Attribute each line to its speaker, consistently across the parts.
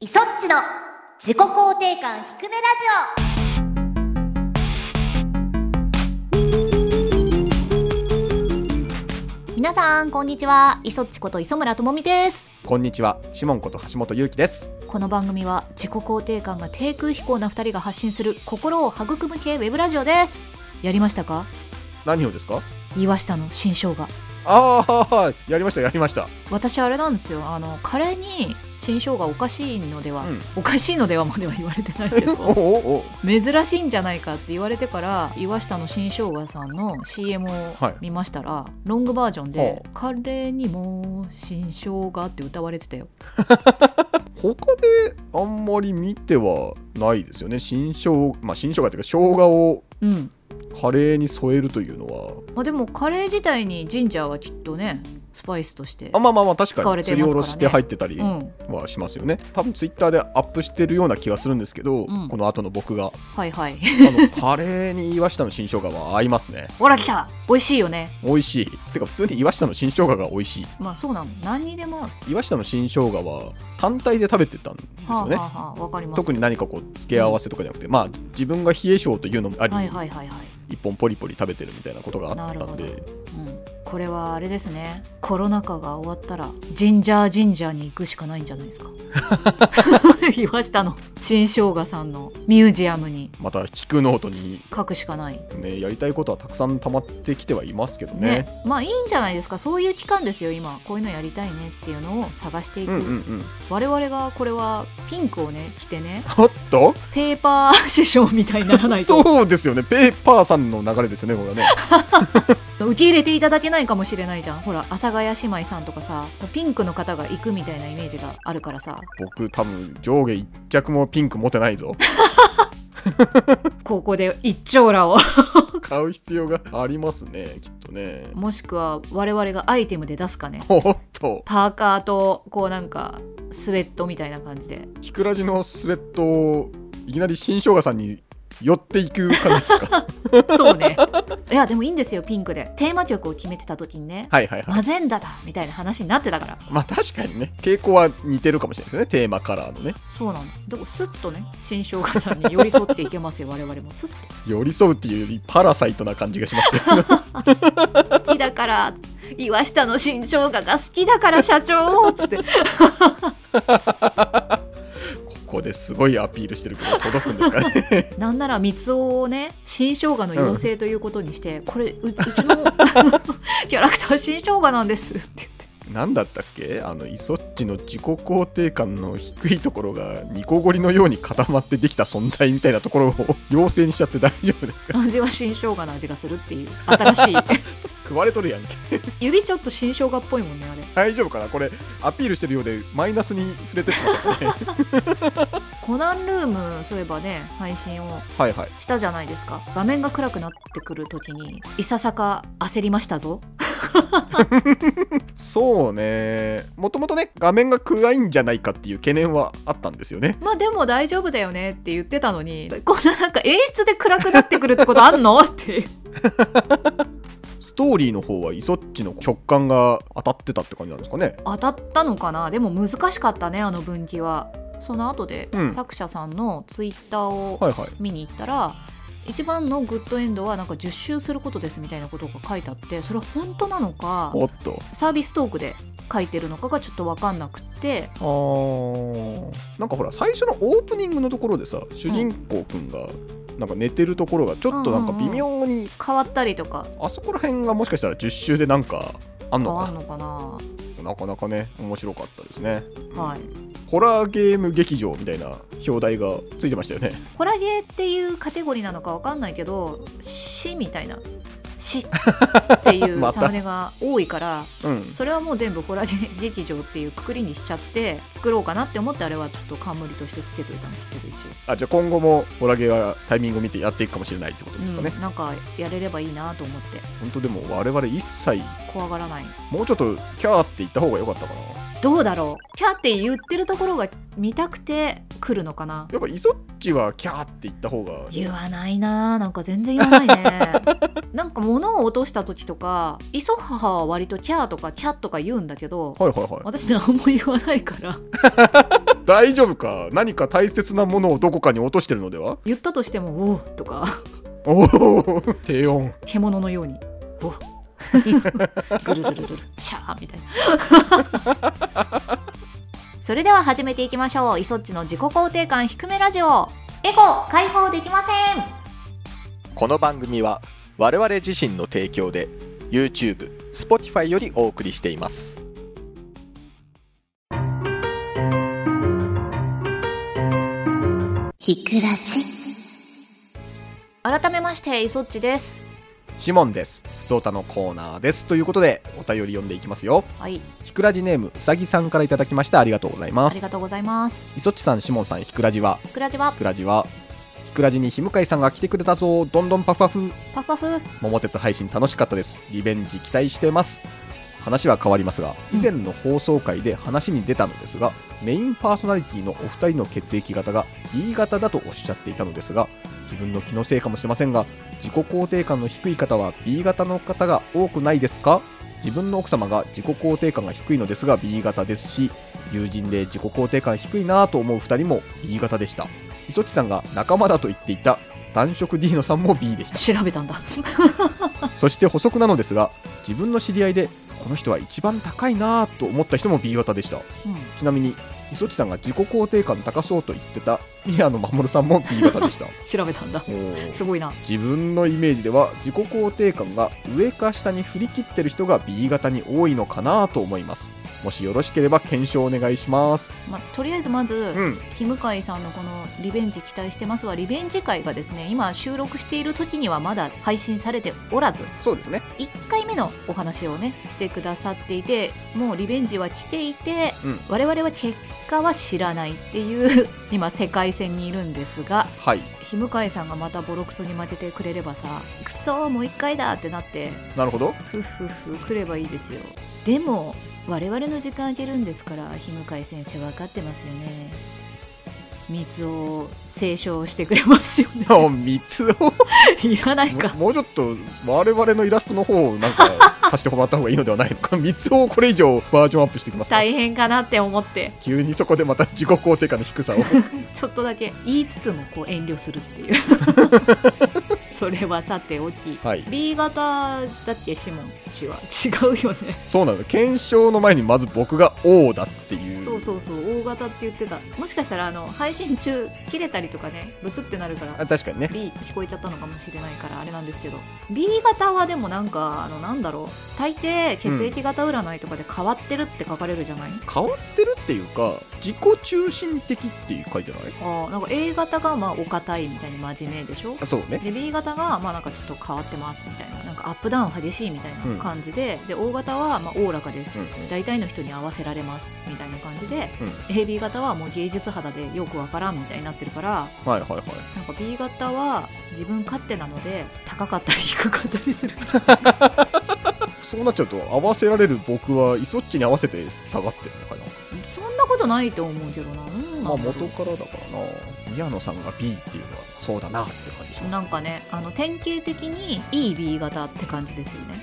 Speaker 1: イソッチの自己肯定感低めラジオ皆さんこんにちはイソッチこと磯村智美です
Speaker 2: こんにちは、シモンこと橋本裕樹です。
Speaker 1: この番組は自己肯定感が低空飛行な二人が発信する心を育む系ウェブラジオですやりましたか
Speaker 2: 何をですか
Speaker 1: 岩下の新生姜
Speaker 2: ああ、やりました、やりました。
Speaker 1: 私あれなんですよあのカレーに新生姜おかしいのでは、
Speaker 2: うん
Speaker 1: おかしいのではまでは言われてないけど
Speaker 2: おおお
Speaker 1: 珍しいんじゃないかって言われてから岩下の新生姜さんの CM を
Speaker 2: はい
Speaker 1: 見ましたら、ロングバージョンで
Speaker 2: ほ
Speaker 1: 「カレーにも新生姜」って歌われてたよ
Speaker 2: 他であんまり見てはないですよね。新生まあ新生姜っていうか生姜を
Speaker 1: うん、
Speaker 2: カレーに添えるというのは、
Speaker 1: まあ、でもカレー自体にジンジャーはきっとねスパイスとして
Speaker 2: あまあまあまあ確
Speaker 1: 使わ
Speaker 2: か
Speaker 1: れ
Speaker 2: に
Speaker 1: てますか
Speaker 2: す
Speaker 1: らね
Speaker 2: りおろして入ってたり
Speaker 1: うん
Speaker 2: はしますよね。多分ツイッターでアップしてるような気がするんですけ
Speaker 1: う
Speaker 2: ど、
Speaker 1: ん
Speaker 2: この後の僕があ
Speaker 1: はいはい
Speaker 2: のカレーに岩下の新生姜は合いますね。
Speaker 1: ほら来た美味しいよね
Speaker 2: 美味しい。てか普通に岩下の新生姜が美味しい。
Speaker 1: まあそうなの何にでも合う
Speaker 2: 岩下の新生姜は単体で食べてたんです
Speaker 1: はあ、
Speaker 2: よね。
Speaker 1: はあはあ、わかります
Speaker 2: 特に何かこう付け合わせとかじゃなくて、まあ自分が冷え性というのもあり、
Speaker 1: はいはいはいはい、
Speaker 2: 一本ポリポリ食べてるみたいなことがあったん
Speaker 1: なる
Speaker 2: で
Speaker 1: うん、これはあれですねコロナ禍が終わったらジンジャージンジャーに行くしかないんじゃない ですか 岩下の新生姜さんのミュージアムに
Speaker 2: また聞くノートに、
Speaker 1: 書くしかない
Speaker 2: ね、やりたいことはたくさん溜まってきてはいますけど
Speaker 1: ね
Speaker 2: ね
Speaker 1: まあいいんじゃないですかそういう期間ですよ今こういうのやりたいねっていうのを探していく、
Speaker 2: うんうんうん
Speaker 1: 我々がこれはピンクをね着てね
Speaker 2: おっと
Speaker 1: ペーパー師匠みたいにならないと
Speaker 2: そうですよねペーパーさんの流れですよねこれはね
Speaker 1: 受け入れていただけないかもしれないじゃんほら阿佐ヶ谷姉妹さんとかさピンクの方が行くみたいなイメージがあるからさ
Speaker 2: 僕多分上下一着もピンク持てないぞ
Speaker 1: ここで一丁羅を
Speaker 2: 買う必要がありますねきっとね
Speaker 1: もしくは我々がアイテムで出すかね
Speaker 2: おっと
Speaker 1: パーカーとこうなんかスウェットみたいな感じで
Speaker 2: ひくらじのスウェットをいきなり新生姜さんに寄っていく感じですか
Speaker 1: そうね いやでもいいんですよピンクでテーマ曲を決めてた時にね
Speaker 2: はいはいはい
Speaker 1: マゼンダだみたいな話になってたから
Speaker 2: まあ確かにね傾向は似てるかもしれないですよねテーマカラーのね
Speaker 1: そうなんですだからスッとね新生姜さんに寄り添っていけます よ我々もスッ
Speaker 2: 寄り添うっていうよりパラサイトな感じがしますけ ど
Speaker 1: と好きだから岩下の新生姜が好きだから社長をつって
Speaker 2: ここですごいアピールしてるけど届くんですかね
Speaker 1: なんなら三尾をね新生姜の妖精ということにして、これううちの キャラクター新生姜なんですって言って
Speaker 2: 何だったっけあのイソッチの自己肯定感の低いところがニコゴリのように固まってできた存在みたいなところを妖精にしちゃって大丈夫ですか
Speaker 1: 味は新生姜の味がするっていう新しい
Speaker 2: 食われとるやんけ
Speaker 1: 指ちょっと新生姜っぽいもんねあれ
Speaker 2: 大丈夫かなこれアピールしてるようでマイナスに触れてるからね
Speaker 1: コナンルームそういえばね配信を
Speaker 2: はいはい
Speaker 1: したじゃないですか画面が暗くなってくる時にいささか焦りましたぞ
Speaker 2: そうねもともとね画面が暗いんじゃないかっていう懸念はあったんですよね
Speaker 1: まあでも大丈夫だよねって言ってたのにこんななんか演出で暗くなってくるってことあん のって
Speaker 2: ストーリーの方はイソッチの直感が当たってたって感じなんですかね
Speaker 1: 当たったのかなでも難しかったねあの分岐はその後で、
Speaker 2: うん
Speaker 1: 作者さんのツイッターを
Speaker 2: はいはい
Speaker 1: 見に行ったら、一番のグッドエンドはなんか10周することですみたいなことが書いてあってそれ本当なのか
Speaker 2: おっと
Speaker 1: サービストークで書いてるのかがちょっと分かんなくって
Speaker 2: あーなんかほら最初のオープニングのところでさ主人公くんがなんか寝てるところがちょっとなんか微妙に
Speaker 1: 変わったりとか
Speaker 2: あそこら辺がもしかしたら10周でなんかあん
Speaker 1: 変
Speaker 2: の
Speaker 1: わ
Speaker 2: か
Speaker 1: んのかな、
Speaker 2: ななかなかね面白かったですね、うん
Speaker 1: はい
Speaker 2: ホラーゲーム劇場みたいな表題がついてましたよね
Speaker 1: ホラゲーっていうカテゴリーなのか分かんないけど「死」みたいな「死」っていう
Speaker 2: ま
Speaker 1: サ
Speaker 2: た
Speaker 1: ムネが多いから
Speaker 2: うん
Speaker 1: それはもう全部コラージェ劇場っていうくくりにしちゃって作ろうかなって思ってあれはちょっと冠としてつけといたんですけど一
Speaker 2: あじゃあ今後もホラゲーはタイミングを見てやっていくかもしれないってことです
Speaker 1: 応、
Speaker 2: かね、
Speaker 1: うんなんかやれればいいなと思って
Speaker 2: 本当でも我々一切
Speaker 1: 怖がらない
Speaker 2: もうちょっとキャーって言った方が良かったかな
Speaker 1: どうだろうキャーって言ってるところが見たくて来るのかな
Speaker 2: やっぱイソッチはキャーって言った方が
Speaker 1: 言わないななんか全然言わない ねなんか物を落とした時とか磯母は 割とキャーとかキャッとか言うんだけど
Speaker 2: はいはいはい
Speaker 1: 私何も言わないから
Speaker 2: 大丈夫か何か大切なものをどこかに落としてるのでは
Speaker 1: 言ったとしても「おう」とか
Speaker 2: おお低音
Speaker 1: 獣のように「おう」 ぐるぐるぐるシャーみたいな それでは始めていきましょういそっちの自己肯定感低めラジオエゴ解放できません
Speaker 3: この番組は我々自身の提供で YouTube、Spotify よりお送りしています
Speaker 4: ひくらち。
Speaker 1: 改めましていそっちです
Speaker 2: シモンですふつおたのコーナーですということでお便り読んでいきますよ
Speaker 1: はい
Speaker 2: ひくらじネームうさぎさんからいただきましたありがとうございま
Speaker 1: あり
Speaker 2: す
Speaker 1: がとうございます
Speaker 2: いそっちさんシモンさんひくらじは
Speaker 1: くらじは
Speaker 2: ひくらじはひくらじにひむかいさんが来てくれたぞどんどんパフパフ
Speaker 1: パフパフ
Speaker 2: 桃鉄配信楽しかったですリベンジ期待してます話は変わりますが以前の放送回で話に出たのですが、メインパーソナリティのお二人の血液型が B 型だとおっしゃっていたのですが自分の気のせいかもしれませんが自己肯定感の低い方は B 型の方が多くないですか自分の奥様が自己肯定感が低いのですが B 型ですし友人で自己肯定感低いなぁと思う二人も B 型でした磯地さんが仲間だと言っていた単色 D のさんも B でした
Speaker 1: 調べたんだ
Speaker 2: そして補足なのですが自分の知り合いでこの人は一番高いなぁと思った人も B 型でした
Speaker 1: うん
Speaker 2: ちなみに磯地さんが自己肯定感高そうと言ってた宮野真守さんも B 型でした
Speaker 1: 調べたんだ
Speaker 2: おー
Speaker 1: すごいな
Speaker 2: 自分のイメージでは自己肯定感が上か下に振り切ってる人が B 型に多いのかなぁと思いますもしよろしければ検証お願いします
Speaker 1: まとりあえずまず、
Speaker 2: うん
Speaker 1: ひむかいさんのこの「リベンジ期待してます」はリベンジ会がですね今収録している時にはまだ配信されておらず
Speaker 2: そうですね
Speaker 1: 1回目のお話をねしてくださっていてもうリベンジは来ていて、
Speaker 2: うん
Speaker 1: 我々は結果は知らないっていう 今世界線にいるんですが
Speaker 2: はい
Speaker 1: ひむかいさんがまたボロクソに負けてくれればさ「くそーもう1回だ!」ってなって
Speaker 2: なるほど
Speaker 1: ふっふっふ来ればいいですよでも我々の時間あげるんですから日向井先生分かってますよね密を清書してくれますよね
Speaker 2: お三つを
Speaker 1: いらないか
Speaker 2: ももうちょっと我々のイラストの方をなんか足してもらった方がいいのではないのか三つをこれ以上バージョンアップしていきますか
Speaker 1: 大変かなって思って
Speaker 2: 急にそこでまた自己肯定感の低さを
Speaker 1: ちょっとだけ言いつつもこう遠慮するって いうそれはさておき
Speaker 2: はい
Speaker 1: B 型だっけシモン氏は違うよね
Speaker 2: そうなの検証の前にまず僕が「王だっていう
Speaker 1: そうそうそう大型って言ってたもしかしたらあの配信中切れたりとかねブツってなるから
Speaker 2: あ確かにね
Speaker 1: B って聞こえちゃったのかもしれないからあれなんですけど B 型はでもなんかあのなんだろう大抵血液型占いとかで変わってるって書かれるじゃない、
Speaker 2: 変わってるっていうか自己中心的っていう書いてない
Speaker 1: あーなんか A 型がまあお堅いみたいに真面目でしょ
Speaker 2: あそうね
Speaker 1: で B 型がまあなんかちょっと変わってますみたいななんかアップダウン激しいみたいな感じで、で O 型はまあおおらかです
Speaker 2: うんうん
Speaker 1: 大体の人に合わせられますみたいな感じで、
Speaker 2: うん
Speaker 1: AB 型はもう芸術肌でよくわからんみたいになってるから
Speaker 2: はいはいはい
Speaker 1: なんか B 型は自分勝手なので高かったり低かったりするんじゃない
Speaker 2: そうなっちゃうと合わせられる僕はいそっちに合わせて下がってるのかな
Speaker 1: そんなことないと思うけどな。うん
Speaker 2: まあ元からだからな宮野さんが B っていうのはそうだなって感じします
Speaker 1: なんかね、あの典型的にいい B 型って感じですよね。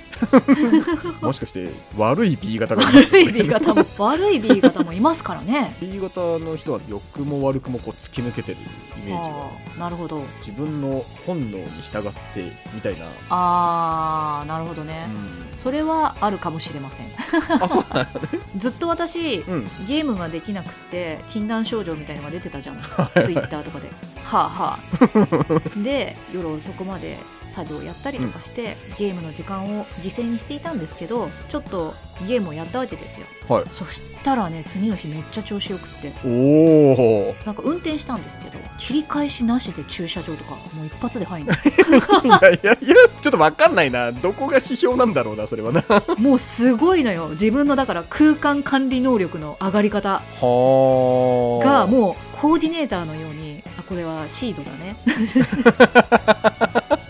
Speaker 2: もしかして 悪い B 型が
Speaker 1: 悪い B 型も悪い B 型もいますからね。
Speaker 2: B 型の人は欲も悪くもこう突き抜けてるイメージが
Speaker 1: あーなるほど。
Speaker 2: 自分の本能に従ってみたいな、
Speaker 1: あーなるほどね。
Speaker 2: う
Speaker 1: それはあるかもしれません。
Speaker 2: ん、あそうなんだ
Speaker 1: ずっと私、
Speaker 2: うん
Speaker 1: ゲームができなくって禁断症状みたいのが出てたじゃんツイッターとかではあはあで夜遅くまで作業をやったりとかして、ゲームの時間を犠牲にしていたんですけどちょっとゲームをやったわけですよ
Speaker 2: はい
Speaker 1: そしたらね次の日めっちゃ調子よくって
Speaker 2: おお
Speaker 1: なんか運転したんですけど切り返しなしで駐車場とかもう一発で入んの
Speaker 2: いやいやいやちょっと分かんないなどこが指標なんだろうなそれはなは
Speaker 1: もうすごいのよ自分のだから空間管理能力の上がり方が
Speaker 2: が
Speaker 1: もうコーディネーターのようにあこれはシードだ ね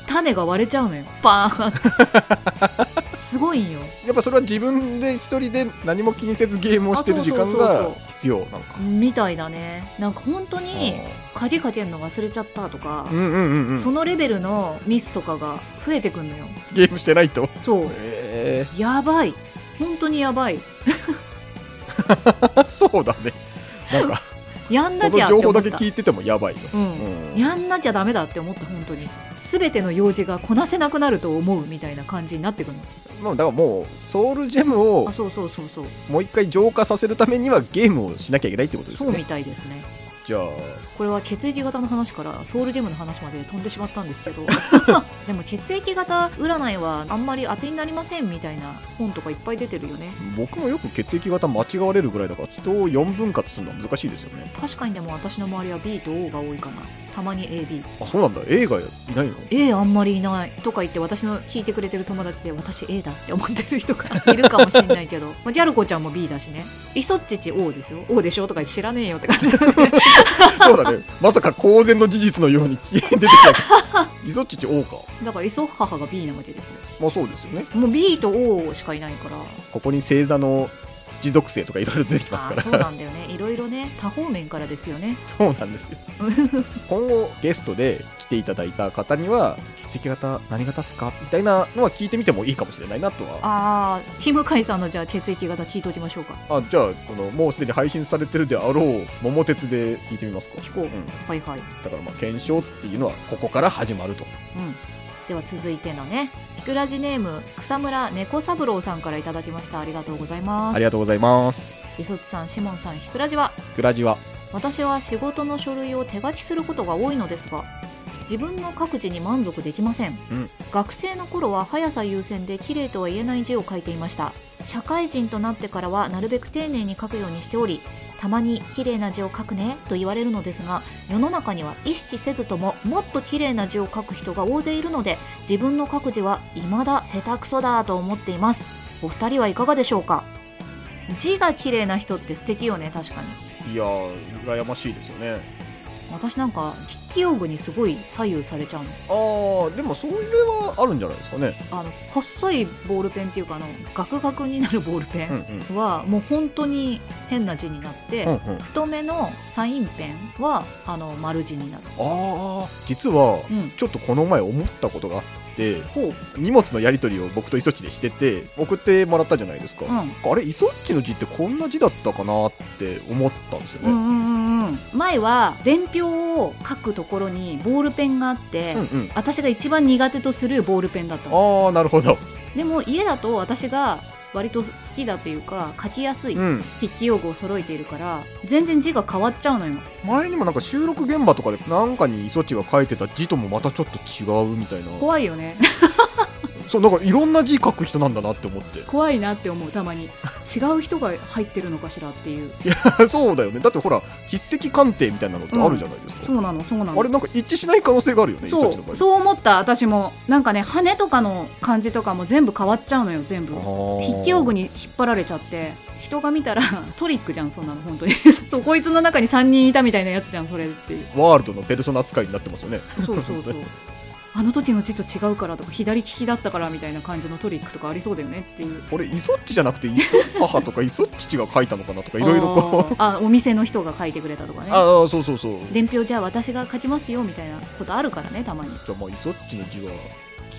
Speaker 1: 種が割れちゃうのよバーンってすごいんよ
Speaker 2: やっぱそれは自分で一人で何も気にせずゲームをしてる時間
Speaker 1: あそうそう
Speaker 2: が
Speaker 1: そうそう
Speaker 2: 必要なんか
Speaker 1: みたいだねなんか本当に
Speaker 2: あ
Speaker 1: 鍵かけるの忘れちゃったとか
Speaker 2: ーう、んうんうんうん
Speaker 1: そのレベルのミスとかが増えてくんのよ
Speaker 2: ゲームしてないと
Speaker 1: そう
Speaker 2: え
Speaker 1: やばい本当にやばい
Speaker 2: えそうだねなんか
Speaker 1: やんな
Speaker 2: こ
Speaker 1: きゃ
Speaker 2: の
Speaker 1: って
Speaker 2: 情
Speaker 1: 思
Speaker 2: 報
Speaker 1: った
Speaker 2: だけ聞いててもやばいよ、
Speaker 1: うん
Speaker 2: うん
Speaker 1: やんなきゃダメだって思った本当に全ての用事がこなせなくなると思うみたいな感じになってくる
Speaker 2: まあだからもうソウルジェム
Speaker 1: の
Speaker 2: を
Speaker 1: あそうそうそうそう
Speaker 2: もう一回浄化させるためにはゲームをしなきゃいけないってことです
Speaker 1: そ
Speaker 2: よ
Speaker 1: う
Speaker 2: ね
Speaker 1: みたいですね
Speaker 2: じゃあ
Speaker 1: これは血液型の話からソウルジェムの話まで飛んでしまったんですけ どでも血液型占いはあんまり当てになりませんみたいな本とかいっぱい出てるよね
Speaker 2: 僕もよく血液型間違われるぐらいだから人を4分割するのは難しいですよね
Speaker 1: 確かにでも私の周りは B と O が多いかなたまに AB
Speaker 2: あそうなんだ A がいないの
Speaker 1: A あんまりいないとか言って私の聞いてくれてる友達で私 A だって思ってる人がいるかもしれない けど、まあ、ギャル子ちゃんも B だしねイソッチチ O ですよ O でしょとか言って知らねえよ って感じだよね
Speaker 2: そうだねまさか公然の事実のように消え出てきたけ どイソッチチ O か
Speaker 1: だからイソッ母が B なわけですよ
Speaker 2: まあそうですよね
Speaker 1: もう B と O しかいないから
Speaker 2: ここに星座の土属性とかいろいろ出てきます
Speaker 1: あ
Speaker 2: から
Speaker 1: ーそうなんだよねいろいろね多方面からですよね
Speaker 2: そうなんです よ今後ゲストで来ていただいた方には血液型何型っすかみたいなのは聞いてみてもいいかもしれないなとは
Speaker 1: ああ日向井さんのじゃあ血液型聞いておきましょうか
Speaker 2: あじゃあこのもうすでに配信されてるであろう「桃鉄」で聞いてみますか
Speaker 1: 聞こうん
Speaker 2: だ
Speaker 1: はいはい
Speaker 2: からまあ検証っていうのはここから始まると
Speaker 1: うん、では続いてのねひくらじネーム草むら猫三郎さんからいただきましたありがとうございま
Speaker 2: あ
Speaker 1: す
Speaker 2: りがとうございます
Speaker 1: リソッチさんシモンさんひくらじは
Speaker 2: グラジは
Speaker 1: 私は仕事の書類を手書きすることが多いのですが自分の各自に満足できません、
Speaker 2: うん
Speaker 1: 学生の頃は速さ優先で綺麗とは言えない字を書いていました社会人となってからはなるべく丁寧に書くようにしておりたまに綺麗な字を書くねと言われるのですが世の中には意識せずとももっと綺麗な字を書く人が大勢いるので自分の書く字は未だ下手くそだと思っていますお二人はいかがでしょうか字が綺麗な人って素敵よね確かに
Speaker 2: いやー羨ましいですよね
Speaker 1: 私なんか筆記用具にすごい左右されちゃうの
Speaker 2: あーでもそれはあるんじゃないですかね
Speaker 1: あの細いボールペンっていうかあのガクガクになるボールペ
Speaker 2: うん
Speaker 1: ン
Speaker 2: うん
Speaker 1: はもう本当に変な字になって、
Speaker 2: うんうん、
Speaker 1: 太めのサインペンはあの丸字になる、
Speaker 2: ああ実は
Speaker 1: うん、
Speaker 2: ちょっとこの前思ったことがあって
Speaker 1: ほう
Speaker 2: 荷物のやり取りを僕とイソッチでしてて送ってもらったじゃないですか、
Speaker 1: うん
Speaker 2: あれイソッチの字ってこんな字だったかなって思ったんですよ
Speaker 1: うんう
Speaker 2: ね、
Speaker 1: んうんうん前は伝票を書くところにボールペンがあって、
Speaker 2: うんうん
Speaker 1: 私が一番苦手とするボールペンだったの
Speaker 2: ああなるほど、
Speaker 1: でも家だと私が割と好きだというか書きやすい
Speaker 2: うん、
Speaker 1: 筆記用具を揃えているから全然字が変わっちゃうのよ
Speaker 2: 前にもなんか収録現場とかでなんかにイソッチが書いてた字ともまたちょっと違うみたいな
Speaker 1: 怖いよね
Speaker 2: そうなんかいろんな字書く人なんだなって思って
Speaker 1: 怖いなって思うたまに違う人が入ってるのかしらっていう
Speaker 2: そうだよねだってほら筆跡鑑定みたいなのってあるじゃないですか、
Speaker 1: そうなのそうなの
Speaker 2: あれなんか一致しない可能性があるよねイソ
Speaker 1: そ
Speaker 2: ッチの場合
Speaker 1: うそう思った私もなんかね羽とかの感じとかも全部変わっちゃうのよ全部
Speaker 2: あー
Speaker 1: 筆記用具に引っ張られちゃって人が見たら トリックじゃんそんなの本当に そうこいつの中に3人いたみたいなやつじゃんそれっていう
Speaker 2: ワールドのペルソナ扱いになってますよね
Speaker 1: そうそう そうあの時の字と違うからとか左利きだったからみたいな感じのトリックとかありそうだよねっていう
Speaker 2: これイソッチじゃなくてイソッ母とかイソッチが書いたのかなとかいろいろこう
Speaker 1: こうあお店の人が書いてくれたとかね
Speaker 2: ああそうそうそうじ
Speaker 1: 伝票じゃあ私が書きますよみたいなことあるからねたまに
Speaker 2: ゃあまあイソッチの字は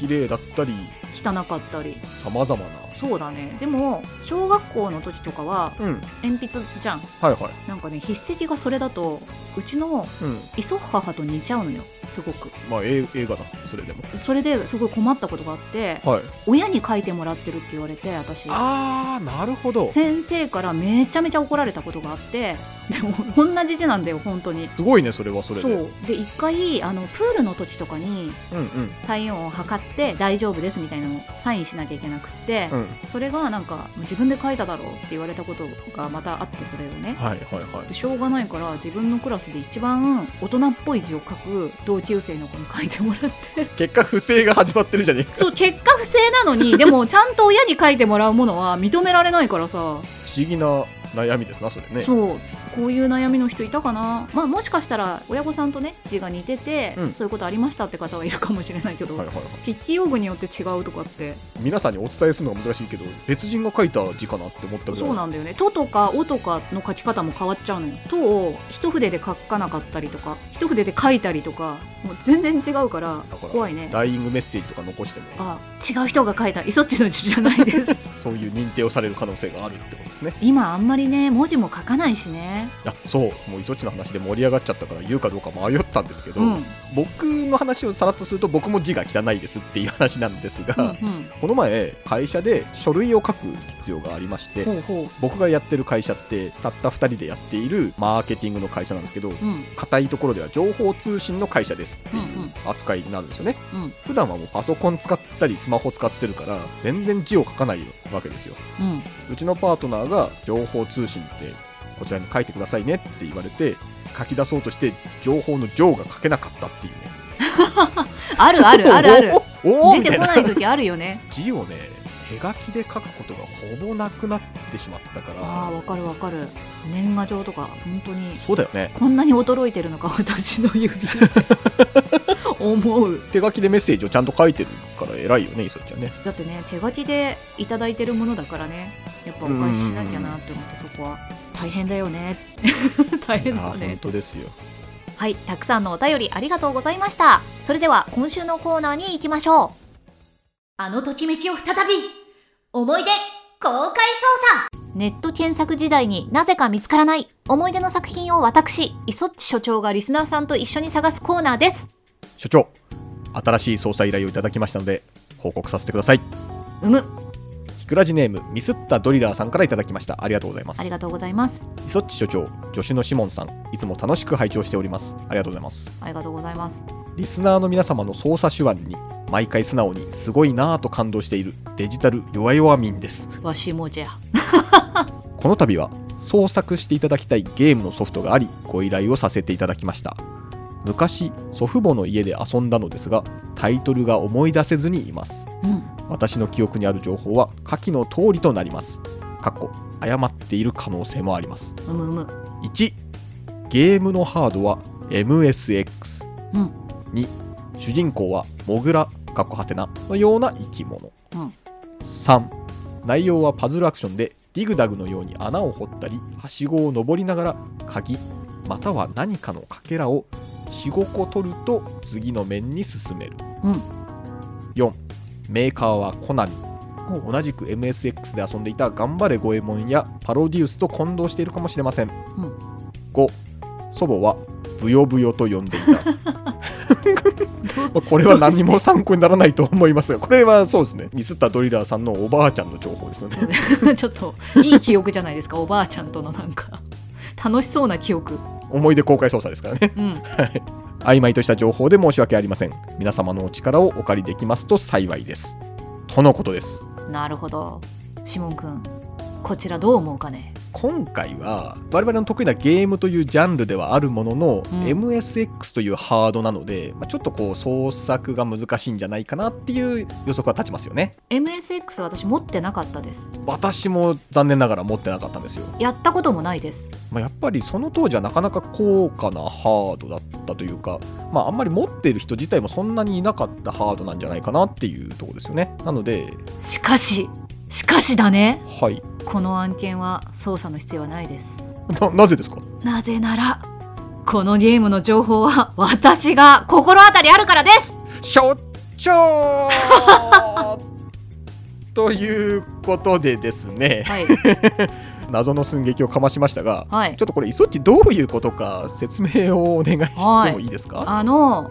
Speaker 2: 綺麗だったり
Speaker 1: 汚かったり
Speaker 2: さまざまな
Speaker 1: そうだねでも小学校の時とかは
Speaker 2: うん
Speaker 1: 鉛筆じゃん
Speaker 2: はいはい
Speaker 1: なんかね筆跡がそれだとうちの
Speaker 2: うん
Speaker 1: 磯母と似ちゃうのよすごく
Speaker 2: まあ映映画だそれでも
Speaker 1: それですごい困ったことがあって
Speaker 2: はい
Speaker 1: 親に書いてもらってるって言われて私
Speaker 2: ああなるほどす
Speaker 1: 先生からめちゃめちゃ怒られたことがあってでも同じ字なんだよ本当に
Speaker 2: ごいねそれはそれ
Speaker 1: そ
Speaker 2: で
Speaker 1: うで一回あのプールの時とかに
Speaker 2: うんうん
Speaker 1: 体温を測って大丈夫ですみたいなのをサインしなきゃいけなくって、
Speaker 2: うん
Speaker 1: それがなんか自分で書いただろうって言われたことがまたあってそれをね
Speaker 2: はいはいはい
Speaker 1: でしょうがないから自分のクラスで一番大人っぽい字を書く同級生の子に書いてもらって
Speaker 2: 結果不正が始まってるじゃねえか
Speaker 1: そう結果不正なの にでもちゃんと親に書いてもらうものは認められないからさ、
Speaker 2: 不思議な悩みですなそれね
Speaker 1: そうこういう悩みの人いたかな、まあ、もしかしたら親御さんとね字が似てて、
Speaker 2: うん
Speaker 1: そういうことありましたって方はいるかもしれないけど、
Speaker 2: はいはいはい
Speaker 1: 筆記用具によって違うとかって
Speaker 2: 皆さんにお伝えするのが難しいけど別人が書いた字かなって思ったぐらい
Speaker 1: そうなんだよね「と」とか「お」とかの書き方も変わっちゃうのよ「と」を一筆で書かなかったりとか一筆で書いたりとかもう全然違うから
Speaker 2: だから
Speaker 1: 怖いね
Speaker 2: ダイイングメッセージとか残しても
Speaker 1: あ違う人が書いたイソッチの字じゃないです
Speaker 2: そういう認定をされる可能性があるってことですね
Speaker 1: 今あんまりね文字も書かないしねね
Speaker 2: いやそうもういそっちの話で盛り上がっちゃったから言うかどうか迷ったんですけど、
Speaker 1: うんうん
Speaker 2: 僕の話をさらっとすると僕も字が汚いですっていう話なんです
Speaker 1: う
Speaker 2: が、
Speaker 1: ん
Speaker 2: この前会社で書類を書く必要がありまして、
Speaker 1: ほうほ
Speaker 2: 僕がやってる会社ってたった2人でやっているマーケティングの会社なんですけど
Speaker 1: ううん
Speaker 2: 硬いところでは情報通信の会社ですっていう扱いになるんですよね
Speaker 1: うん
Speaker 2: 普段はもうパソコン使ったりスマホ使ってるから全然字を書かないわけですよ
Speaker 1: うん
Speaker 2: うちのパートナーが情報通信ってこちらに書いてくださいねって言われて書き出そうとして情報の情が書けなかったっていうね
Speaker 1: あるあるあるある
Speaker 2: おおおおみ
Speaker 1: 出て
Speaker 2: たい
Speaker 1: こ
Speaker 2: な
Speaker 1: ない時あるよね
Speaker 2: 字をね手書きで書くことがほぼなくなってしまったか
Speaker 1: ああわ
Speaker 2: ら
Speaker 1: かるわかる年賀状とか本当に
Speaker 2: そうだよね
Speaker 1: こんなに衰えてるのか私の指思う
Speaker 2: 手書きでメッセージをちゃんと書いてるから偉いよねいそっちゃんね
Speaker 1: だってね手書きでいただいてるものだからねやっぱお返ししなきゃなって思ってそこは大変だよね 大変だ
Speaker 2: あ
Speaker 1: よ
Speaker 2: ー本
Speaker 1: ね
Speaker 2: 当ですよ
Speaker 1: はいたくさんのお便りありがとうございましたそれでは今週のコーナーに行きましょうあのときめきを再び思い出公開捜査ネット検索時代になぜか見つからない思い出の作品を私磯っち所長がリスナーさんと一緒に探すコーナーです
Speaker 2: 所長新しい捜査依頼をいただきましたので報告させてくださいう
Speaker 1: む
Speaker 2: ひくらじネームミスったドリラーさんからいただきましたありがとうございます
Speaker 1: ありがとうございます
Speaker 2: 磯っち所長助手のシモンさんいつも楽しく拝聴しておりますありがとうございます
Speaker 1: ありがとうございます
Speaker 2: リスナーの皆様の捜査手腕に毎回素直にすごいなぁと感動しているデジタル弱々民です
Speaker 1: わしもじゃ
Speaker 2: この度は創作していただきたいゲームのソフトがありご依頼をさせていただきました昔祖父母の家で遊んだのですがタイトルが思い出せずにいます
Speaker 1: うん
Speaker 2: 私の記憶にある情報は下記の通りとなります。かっこ誤っている可能性もあります。
Speaker 1: うむうむ
Speaker 2: 1ゲームのハードは MSX、
Speaker 1: うん
Speaker 2: 2主人公はモグラかっこはてなのような生き物、
Speaker 1: うん
Speaker 2: 3内容はパズルアクションでディグダグのように穴を掘ったりはしごを登りながら鍵または何かのかけらを45個取ると次の面に進める、
Speaker 1: うん
Speaker 2: 4メーカーはコナミ
Speaker 1: ほう
Speaker 2: 同じく MSX で遊んでいた頑張れゴエモンやパロディウスと混同しているかもしれません、
Speaker 1: ん
Speaker 2: 5祖母はブヨブヨと呼んでいた まあこれ
Speaker 1: ど
Speaker 2: は
Speaker 1: うして
Speaker 2: 何も参考にならないと思います がこれはそうですねミスったドリラーさんのおばあちゃんの情報ですよ ね
Speaker 1: ちょっといい記憶じゃないですかおばあちゃんとのなんか楽しそうな記憶
Speaker 2: 思い出公開捜査ですからね
Speaker 1: うん
Speaker 2: 曖昧とした情報で申し訳ありません皆様のお力をお借りできますと幸いですとのことです
Speaker 1: なるほどシモン君こちらどう思うかね
Speaker 2: 今回は我々の得意なゲームというジャンルではあるものの、
Speaker 1: うん
Speaker 2: MSX というハードなので、まあ、ちょっとこう創作が難しいんじゃないかなっていう予測は立ちますよね
Speaker 1: MSX 私持ってなかったです
Speaker 2: 私も残念ながら持ってなかったんですよ、
Speaker 1: やったこともないです
Speaker 2: まあ、やっぱりその当時はなかなか高価なハードだったというか、まあ、あんまり持っている人自体もそんなにいなかったハードなんじゃないかなっていうところですよねなので
Speaker 1: しかししかしだね
Speaker 2: はい
Speaker 1: この案件は捜査の必要はないです
Speaker 2: ななぜですか
Speaker 1: なぜならこのゲームの情報は私が心当たりあるからです
Speaker 2: 所長ということでですね
Speaker 1: はい
Speaker 2: 謎の寸劇をかましましたが
Speaker 1: はい
Speaker 2: ちょっとこれいそっちどういうことか説明をお願いしてもいいですか、
Speaker 1: あの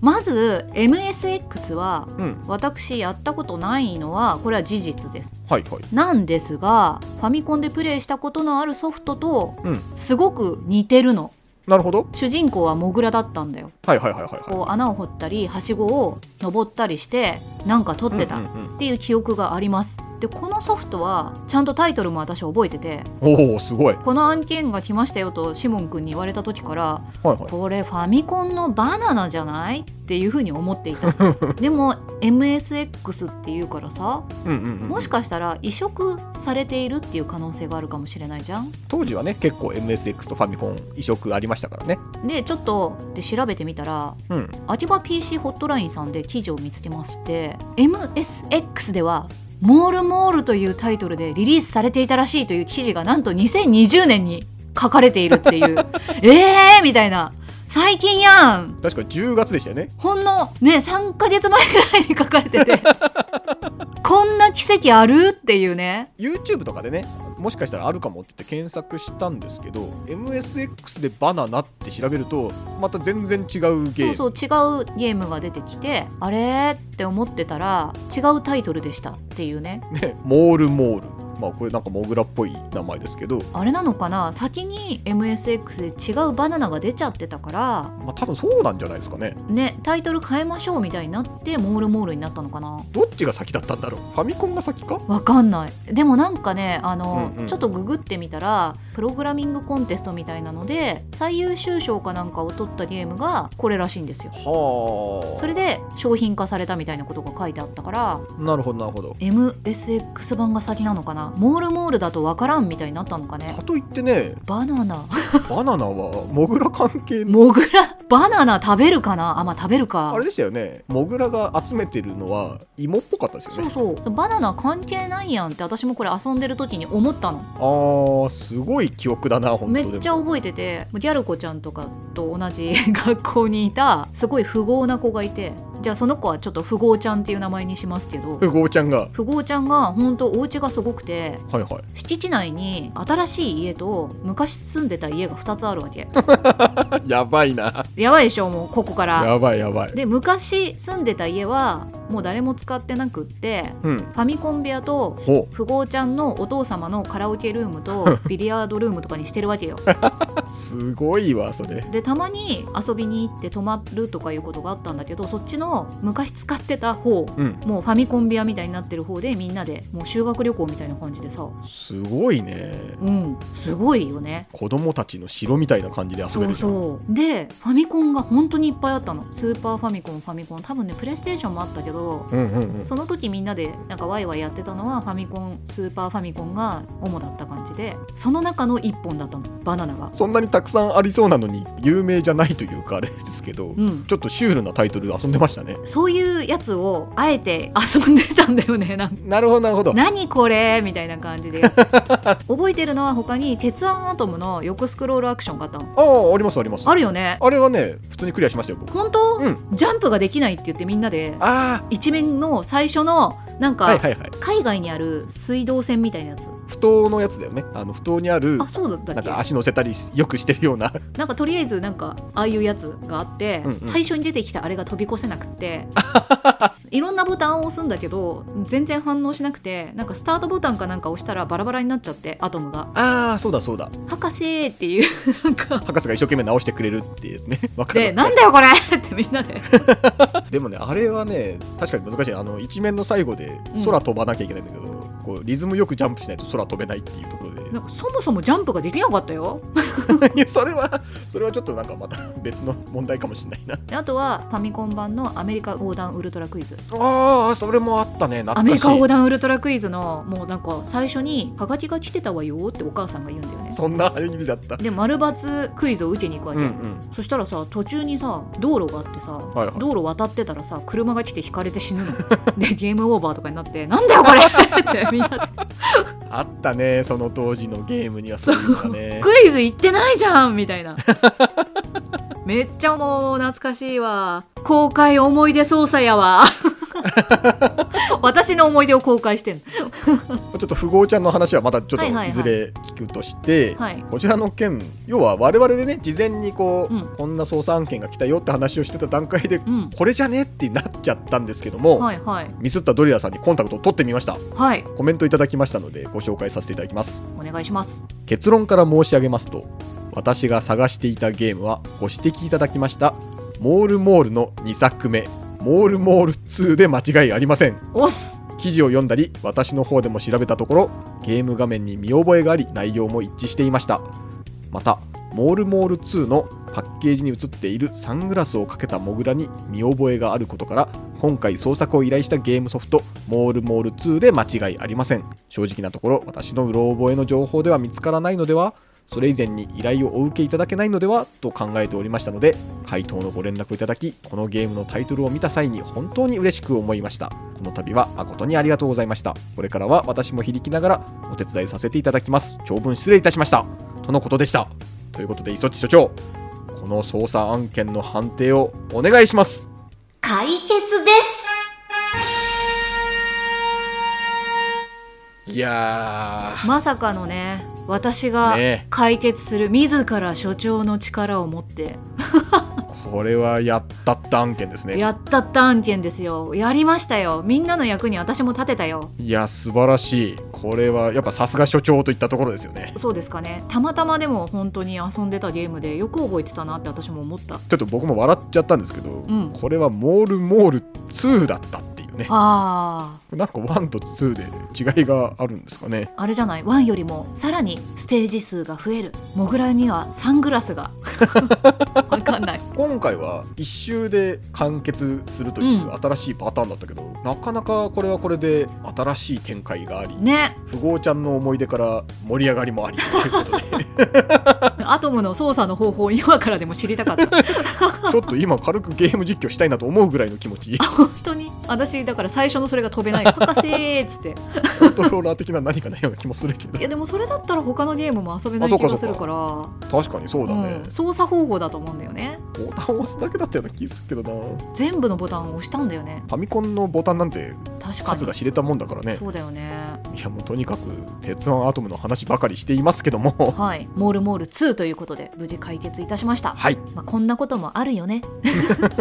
Speaker 1: まず MSX は
Speaker 2: うん
Speaker 1: 私やったことないのはこれは事実です
Speaker 2: はいはい
Speaker 1: なんですがファミコンでプレイしたことのあるソフトと
Speaker 2: うん
Speaker 1: すごく似てるの
Speaker 2: なるほど
Speaker 1: 主人公はモグラだったんだよ
Speaker 2: はいはいはいはいはい
Speaker 1: こう穴を掘ったりはしごを登ったりしてなんか取ってた
Speaker 2: うんう
Speaker 1: っ
Speaker 2: んうん
Speaker 1: ていう記憶がありますでこのソフトはちゃんとタイトルも私覚えてて
Speaker 2: おおすごいは
Speaker 1: この案件が来ましたよとシモン君に言われた時から
Speaker 2: いはい
Speaker 1: これファミコンのバナナじゃないっていうふうに思ってい たでも MSX っていうからさ
Speaker 2: うんうんうん
Speaker 1: もしかしたら移植されているっていう可能性があるかもしれないじゃん
Speaker 2: 当時はね結構 MSX とファミコン移植ありましたからね
Speaker 1: でちょっとで調べてみたら
Speaker 2: うん
Speaker 1: 秋葉 PC ホットラインさんで記事を見つけまして MSX では「モールモール」というタイトルでリリースされていたらしいという記事がなんと2020年に書かれているっていう えーみたいな最近やん
Speaker 2: 確か10月でしたよね
Speaker 1: ほんのね3ヶ月前ぐらいに書 かれててこんな奇跡あるっていうね
Speaker 2: YouTube とかでねもしかしたらあるかもって言って検索したんですけど MSX でバナナって調べるとまた全然違うゲーム
Speaker 1: そうそう違うゲームが出てきてあれって思ってたら違うタイトルでしたっていう ね
Speaker 2: ねモールモールまあこれなんかモグラっぽい名前ですけど、
Speaker 1: あれなのかな先に MSX で違うバナナが出ちゃってたから
Speaker 2: まあ、多分そうなんじゃないですかね
Speaker 1: ねタイトル変えましょうみたいになってモールモールになったのかな
Speaker 2: どっちが先だったんだろうファミコンが先か
Speaker 1: わかんないでもなんかねあの、
Speaker 2: うんうん
Speaker 1: ちょっとググってみたらプログラミングコンテストみたいなので最優秀賞かなんかを取ったゲームがこれらしいんですよ
Speaker 2: はあ
Speaker 1: それで商品化されたみたいなことが書いてあったから
Speaker 2: なるほどなるほど
Speaker 1: MSX 版が先なのかなモールモールだとわからんみたいになったのかね
Speaker 2: かといってね
Speaker 1: バナナ
Speaker 2: バナナはモグラ関係の
Speaker 1: モグラバナナ食べるかなあまあ食べるか
Speaker 2: あれでしたよねモグラが集めてるのは芋っぽかったですよ
Speaker 1: そう
Speaker 2: ね
Speaker 1: そうバナナ関係ないやんって私もこれ遊んでる時に思ったの
Speaker 2: あーすごい記憶だな本当
Speaker 1: め
Speaker 2: でも
Speaker 1: っちゃ覚えててギャル子ちゃんとかと同じ学校にいたすごい富豪な子がいてじゃあその子はちょっと富豪ちゃんっていう名前にしますけど
Speaker 2: ふごうちゃんが
Speaker 1: 富豪ちゃんが本当お家がすごくて
Speaker 2: はいはい
Speaker 1: 敷地内に新しい家と昔住んでた家が2つあるわけ
Speaker 2: あやばいな
Speaker 1: やばいでしょもうここから
Speaker 2: やばいやばい
Speaker 1: で昔住んでた家はもう誰も使ってなくって
Speaker 2: うん
Speaker 1: ファミコン部屋と
Speaker 2: ほ
Speaker 1: 富豪ちゃんのお父様のカラオケルーム とビリヤードルームとかにしてるわけよ
Speaker 2: うすごいわそれ
Speaker 1: でたまに遊びに行って泊まるとかいうことがあったんだけどそっちの昔使ってた方
Speaker 2: うん
Speaker 1: もうファミコン部屋みたいになってる方でみんなでもう修学旅行みたいな感じでさ
Speaker 2: すごいね
Speaker 1: うんすごいよね
Speaker 2: 子供たちの城みたいな感じで遊
Speaker 1: そ
Speaker 2: べる
Speaker 1: う
Speaker 2: じゃん
Speaker 1: そうでファミコンが本当にいっぱいあったのスーパーファミコンファミコン多分ねプレイステーションもあったけど
Speaker 2: うんうんうん
Speaker 1: その時みんなでなんかワイワイやってたのはファミコンスーパーファミコンが主だった感じでその中の1本だったのバナナが
Speaker 2: そんなにたくさんありそうなのに有名じゃないというかあれですけど、
Speaker 1: うん
Speaker 2: ちょっとシュールなタイトル遊んでましたね
Speaker 1: そういうやつをあえて遊んでたんだよねなんか
Speaker 2: なるほどなるほど
Speaker 1: 何これみたいな感 じで覚えてるのは他に「鉄腕アトム」の横スクロールアクションがあったの
Speaker 2: ああありますあります
Speaker 1: あるよね
Speaker 2: あれはね普通にクリアしましたよ僕
Speaker 1: 本当、
Speaker 2: うん
Speaker 1: ジャンプができないって言ってみんなで
Speaker 2: あ
Speaker 1: 一面の最初のなんか、
Speaker 2: あはいはいはい
Speaker 1: 海外にある水道線みたいなやつ
Speaker 2: 不当のやつだよねあの不当にある
Speaker 1: あそうだったっ
Speaker 2: なん
Speaker 1: け
Speaker 2: か足乗せたりよくしてるよう な
Speaker 1: なんかとりあえずなんかああいうやつがあって、
Speaker 2: うんうん
Speaker 1: 最初に出てきたあれが飛び越せなくって いろんなボタンを押すんだけど全然反応しなくてなんかスタートボタンかなんか押したらバラバラになっちゃってアトムが
Speaker 2: ああそうだそうだ
Speaker 1: 「博士!」っていうなんか
Speaker 2: 博士が一生懸命直してくれるっていうですね わか
Speaker 1: で「
Speaker 2: る
Speaker 1: なんだよこれ!」ってみんなで
Speaker 2: でもねあれはね確かに難しいあの一面の最後で空飛ばなきゃいけないんだけど、こうリズムよくジャンプしないと空飛べないっていうところで
Speaker 1: なんかそもそもジャンプができなかったよ
Speaker 2: いやそれはそれはちょっとなんかまた 別の問題かもしれないな
Speaker 1: であとはファミコン版のアメリカ横断ウルトラクイズ
Speaker 2: ああそれもあったね
Speaker 1: ア
Speaker 2: 懐
Speaker 1: メ
Speaker 2: か
Speaker 1: リ
Speaker 2: し
Speaker 1: カ横
Speaker 2: い
Speaker 1: 断ウルトラクイズのもうなんか最初に「ハガキが来てたわよ」ってお母さんが言うんだよね
Speaker 2: そんな意味だった
Speaker 1: で丸×クイズを受けに行くわけ、
Speaker 2: ん
Speaker 1: そしたらさ途中にさ道路があってさ、
Speaker 2: いはい
Speaker 1: 道路渡ってたらさ車が来て引かれて死ぬの でゲームオーバーとかになって「なんだよこれ!」 ってみんなで
Speaker 2: あったねその当時のゲームにはそういうのがね
Speaker 1: クイズ行ってないじゃん!」みたい なめっちゃもう懐かしいわ公開思い出捜査や わ私の思い出を公開してんの
Speaker 2: ちょっと富豪ちゃんの話はまたちょっ
Speaker 1: はいはいは
Speaker 2: と
Speaker 1: い
Speaker 2: いずれ聞くとして、
Speaker 1: はい
Speaker 2: こちらの件要は我々でね事前にこう、
Speaker 1: うん
Speaker 2: こんな捜査案件が来たよって話をしてた段階で、
Speaker 1: うん
Speaker 2: これじゃねってなっちゃったんですけども、
Speaker 1: はいはい
Speaker 2: ミスったドリアさんにコンタクトを取ってみました
Speaker 1: はい
Speaker 2: コメントいただきましたのでご紹介させていただきます
Speaker 1: お願いします
Speaker 2: 結論から申し上げますと私が探していたゲームはご指摘いただきましたモールモールの2作目モールモール2で間違いありません
Speaker 1: おっす
Speaker 2: 記事を読んだり私の方でも調べたところゲーム画面に見覚えがあり内容も一致していましたまたモールモール2のパッケージに写っているサングラスをかけたモグラに見覚えがあることから今回創作を依頼したゲームソフトモールモール2で間違いありません正直なところ私のうろ覚えの情報では見つからないのではそれ以前に依頼をお受けいただけないのではと考えておりましたので回答のご連絡をいただきこのゲームのタイトルを見た際に本当に嬉しく思いましたこの度は誠にありがとうございましたこれからは私も響きながらお手伝いさせていただきます長文失礼いたしましたとのことでしたということで磯地所長この捜査案件の判定をお願いします
Speaker 4: 解決です
Speaker 2: いいや
Speaker 1: まさかのね私
Speaker 2: ー
Speaker 1: が
Speaker 2: ね
Speaker 1: 解決する自ら所長の力を持って
Speaker 2: これはやったった案件ですね
Speaker 1: やったった案件ですよやりましたよみんなの役に私も立てたよ
Speaker 2: いや素晴らしいこれはやっぱさすが所長といったところですよね
Speaker 1: そうですかねたまたまでも本当に遊んでたゲームでよく覚えてたなって私も思った
Speaker 2: ちょっと僕も笑っちゃったんですけど、
Speaker 1: ん
Speaker 2: これはモールモール2だったっていうね
Speaker 1: あ
Speaker 2: なんか1と2で違いがあるんですかね
Speaker 1: ーあれじゃない1よりもさらにステージ数が増えるモグラにはサングラスがわかんない
Speaker 2: 今回は一周で完結するという
Speaker 1: うん
Speaker 2: 新しいパターンだったけど、なかなかこれはこれで新しい展開があり、
Speaker 1: ね
Speaker 2: 富豪ちゃんの思い出から盛り上がりもありと いうことで
Speaker 1: アトムの操作の方法を今からでも知りたかった
Speaker 2: ちょっと今軽くゲーム実況したいなと思うぐらいの気 持ち
Speaker 1: 本当に私だから最初のそれが飛べない博士ーっつって
Speaker 2: コントローラー的な何かないような気もするけど
Speaker 1: いやでもそれだったら他のゲームも遊べな
Speaker 2: あ
Speaker 1: い
Speaker 2: そう
Speaker 1: 気
Speaker 2: か
Speaker 1: がするから
Speaker 2: 確かにそうだね
Speaker 1: うん、、操作方法だと思うんだよね
Speaker 2: ボタンを押すだけだったような気するけどなフ
Speaker 1: 全部のボタンを押したんだよね
Speaker 2: ァミコンのボタンなんて
Speaker 1: 確か
Speaker 2: 数
Speaker 1: に
Speaker 2: が知れたもんだからね
Speaker 1: そうだよね
Speaker 2: いやもうとにかく鉄腕アトムの話ばかりしていますけど も
Speaker 1: はい「モールモール2」ということで無事解決いたしました、
Speaker 2: はい
Speaker 1: まあ、こんなこともあるよね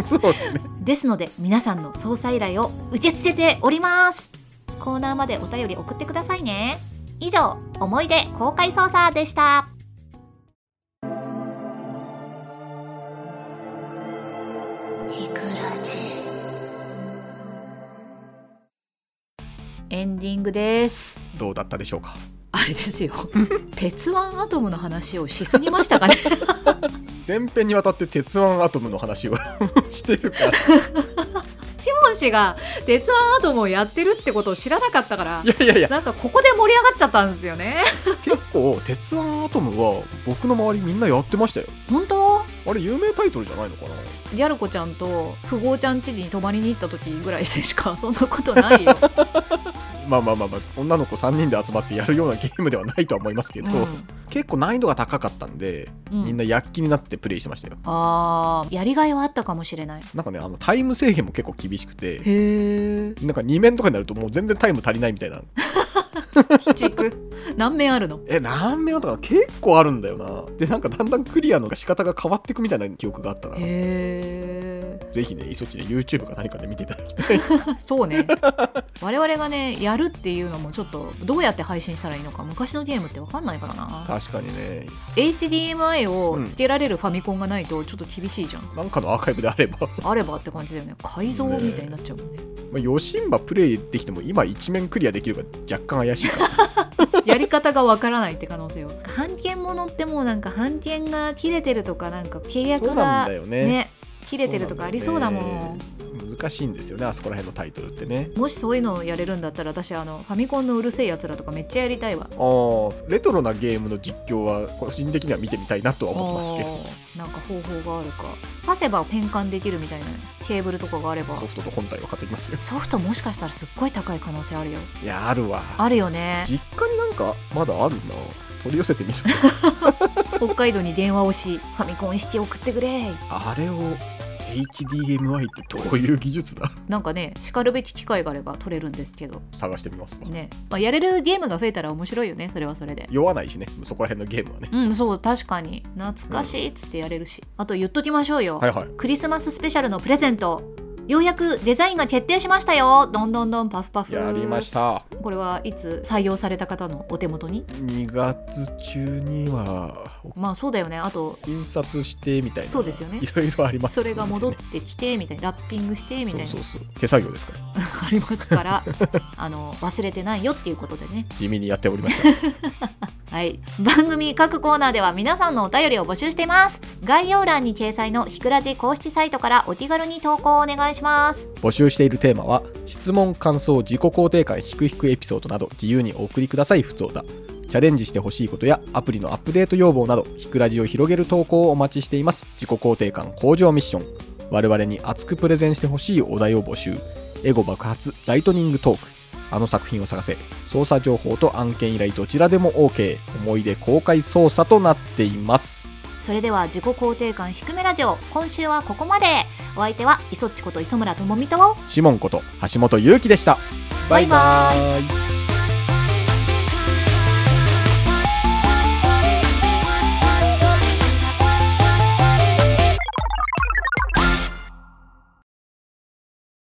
Speaker 2: そうですね
Speaker 1: ですので皆さんの操作依頼を受け付けておりますコーナーまでお便り送ってくださいね以上思い出公開操作でしたエンディングです
Speaker 2: どうだったでしょうか
Speaker 1: あれですよ 鉄腕アトムの話をしすぎました かね
Speaker 2: 前編にわたって鉄腕アトムの話をしてる から
Speaker 1: シモン氏が鉄腕アトムをやってるってことを知らなかったから
Speaker 2: いやいやいや
Speaker 1: なんかここで盛り上がっちゃったんですよね
Speaker 2: 結構鉄腕アトムは僕の周りみんなやってましたよ
Speaker 1: 本当
Speaker 2: あれ有名タイトルじゃないのかな
Speaker 1: ギャル子ちゃんと富豪ちゃん家に泊まりに行った時ぐらいでしかそんなことないよ、
Speaker 2: まあまあまあまあ女の子3人で集まってやるようなゲームではないとは思います けど、結構難易度が高かったんで
Speaker 1: うん
Speaker 2: みんな躍起になってプレイしてましたよ
Speaker 1: あーやりがいはあったかもしれない
Speaker 2: なんかねあのタイム制限も結構厳しくて
Speaker 1: へえ
Speaker 2: なんか2面とかになるともう全然タイム足りないみたいな
Speaker 1: 鬼畜何面あるの
Speaker 2: え何面とか結構あるんだよなでなんかだんだんクリアの仕方が変わっていくみたいな記憶があったな
Speaker 1: へえ
Speaker 2: ぜひねいそっちで YouTube か何かで見ていただきたい
Speaker 1: そうね我々がねやるっていうのもちょっとどうやって配信したらいいのか昔のゲームって分かんないからな
Speaker 2: 確かにね
Speaker 1: HDMI をつけられるファミコンがないとちょっと厳しいじゃん、
Speaker 2: なんかのアーカイブであれば ま
Speaker 1: あればって感じだよね改造みたいになっちゃうもんね
Speaker 2: あヨシンバプレイできても今一面クリアできるか若干怪しいから
Speaker 1: やり方がわからないって可能性を半券ものってもうなんか半券が切れてるとかなんか契
Speaker 2: そう
Speaker 1: 約
Speaker 2: なん
Speaker 1: が
Speaker 2: だよ
Speaker 1: ね
Speaker 2: ね
Speaker 1: 切れてるとかありそうだもん
Speaker 2: そなんだよね難しいんですよねあそこら辺のタイトルってね
Speaker 1: もしそういうのをやれるんだったら私あのファミコンのうるせえやつらとかめっちゃやりたいわ
Speaker 2: あーレトロなゲームの実況は個人的には見てみたいなとは思ってますけど
Speaker 1: あーなんか方法があるかパセば変換できるみたいなケーブルとかがあれば
Speaker 2: ソフトと本体を買ってきますよ
Speaker 1: ソフトもしかしたらすっごい高い可能性あるよ
Speaker 2: いやあるわ
Speaker 1: あるよね
Speaker 2: 実家になんかまだあるな取り寄せてみる
Speaker 1: 北海道に電話をしファミコンして送ってくれ
Speaker 2: あれを HDMI ってどういう技術だ
Speaker 1: なんかねしかるべき機会があれば取れるんですけど
Speaker 2: 探してみますわ、
Speaker 1: ね、まあ、やれるゲームが増えたら面白いよねそれはそれで
Speaker 2: 酔わないしねそこら辺のゲームはね
Speaker 1: うんそう確かに懐かしいっつってやれるし、あと言っときましょうよ、
Speaker 2: はいはい
Speaker 1: クリスマススペシャルのプレゼントようやくデザインが決定しましたよどんどんどんパフパフ
Speaker 2: やりました
Speaker 1: これはいつ採用された方のお手元に
Speaker 2: 2月中には
Speaker 1: まあそうだよねあと
Speaker 2: 印刷してみたいな
Speaker 1: そうですよね
Speaker 2: いろいろあります
Speaker 1: それが戻っ
Speaker 2: ね
Speaker 1: てきてみたいなラッピングしてみたいな
Speaker 2: そうそうそう手作業ですから
Speaker 1: ありますからあの忘れてないよっていうことでね
Speaker 2: 地味にやっておりました
Speaker 1: はい、番組各コーナーでは皆さんのお便りを募集しています概要欄に掲載のひくらじ公式サイトからお気軽に投稿をお願いします
Speaker 2: 募集しているテーマは質問感想自己肯定感ひくひくエピソードなど自由にお送りくださいふつおたチャレンジしてほしいことやアプリのアップデート要望などひくラジを広げる投稿をお待ちしています自己肯定感向上ミッション我々に熱くプレゼンしてほしいお題を募集エゴ爆発ライトニングトークあの作品を探せ捜査情報と案件依頼どちらでも OK 思い出公開捜査となっています
Speaker 1: それでは自己肯定感低めラジオ今週はここまでお相手は磯っちこと磯村智美と
Speaker 2: シモンこと橋本優希でしたバイバ
Speaker 1: バイ
Speaker 2: イ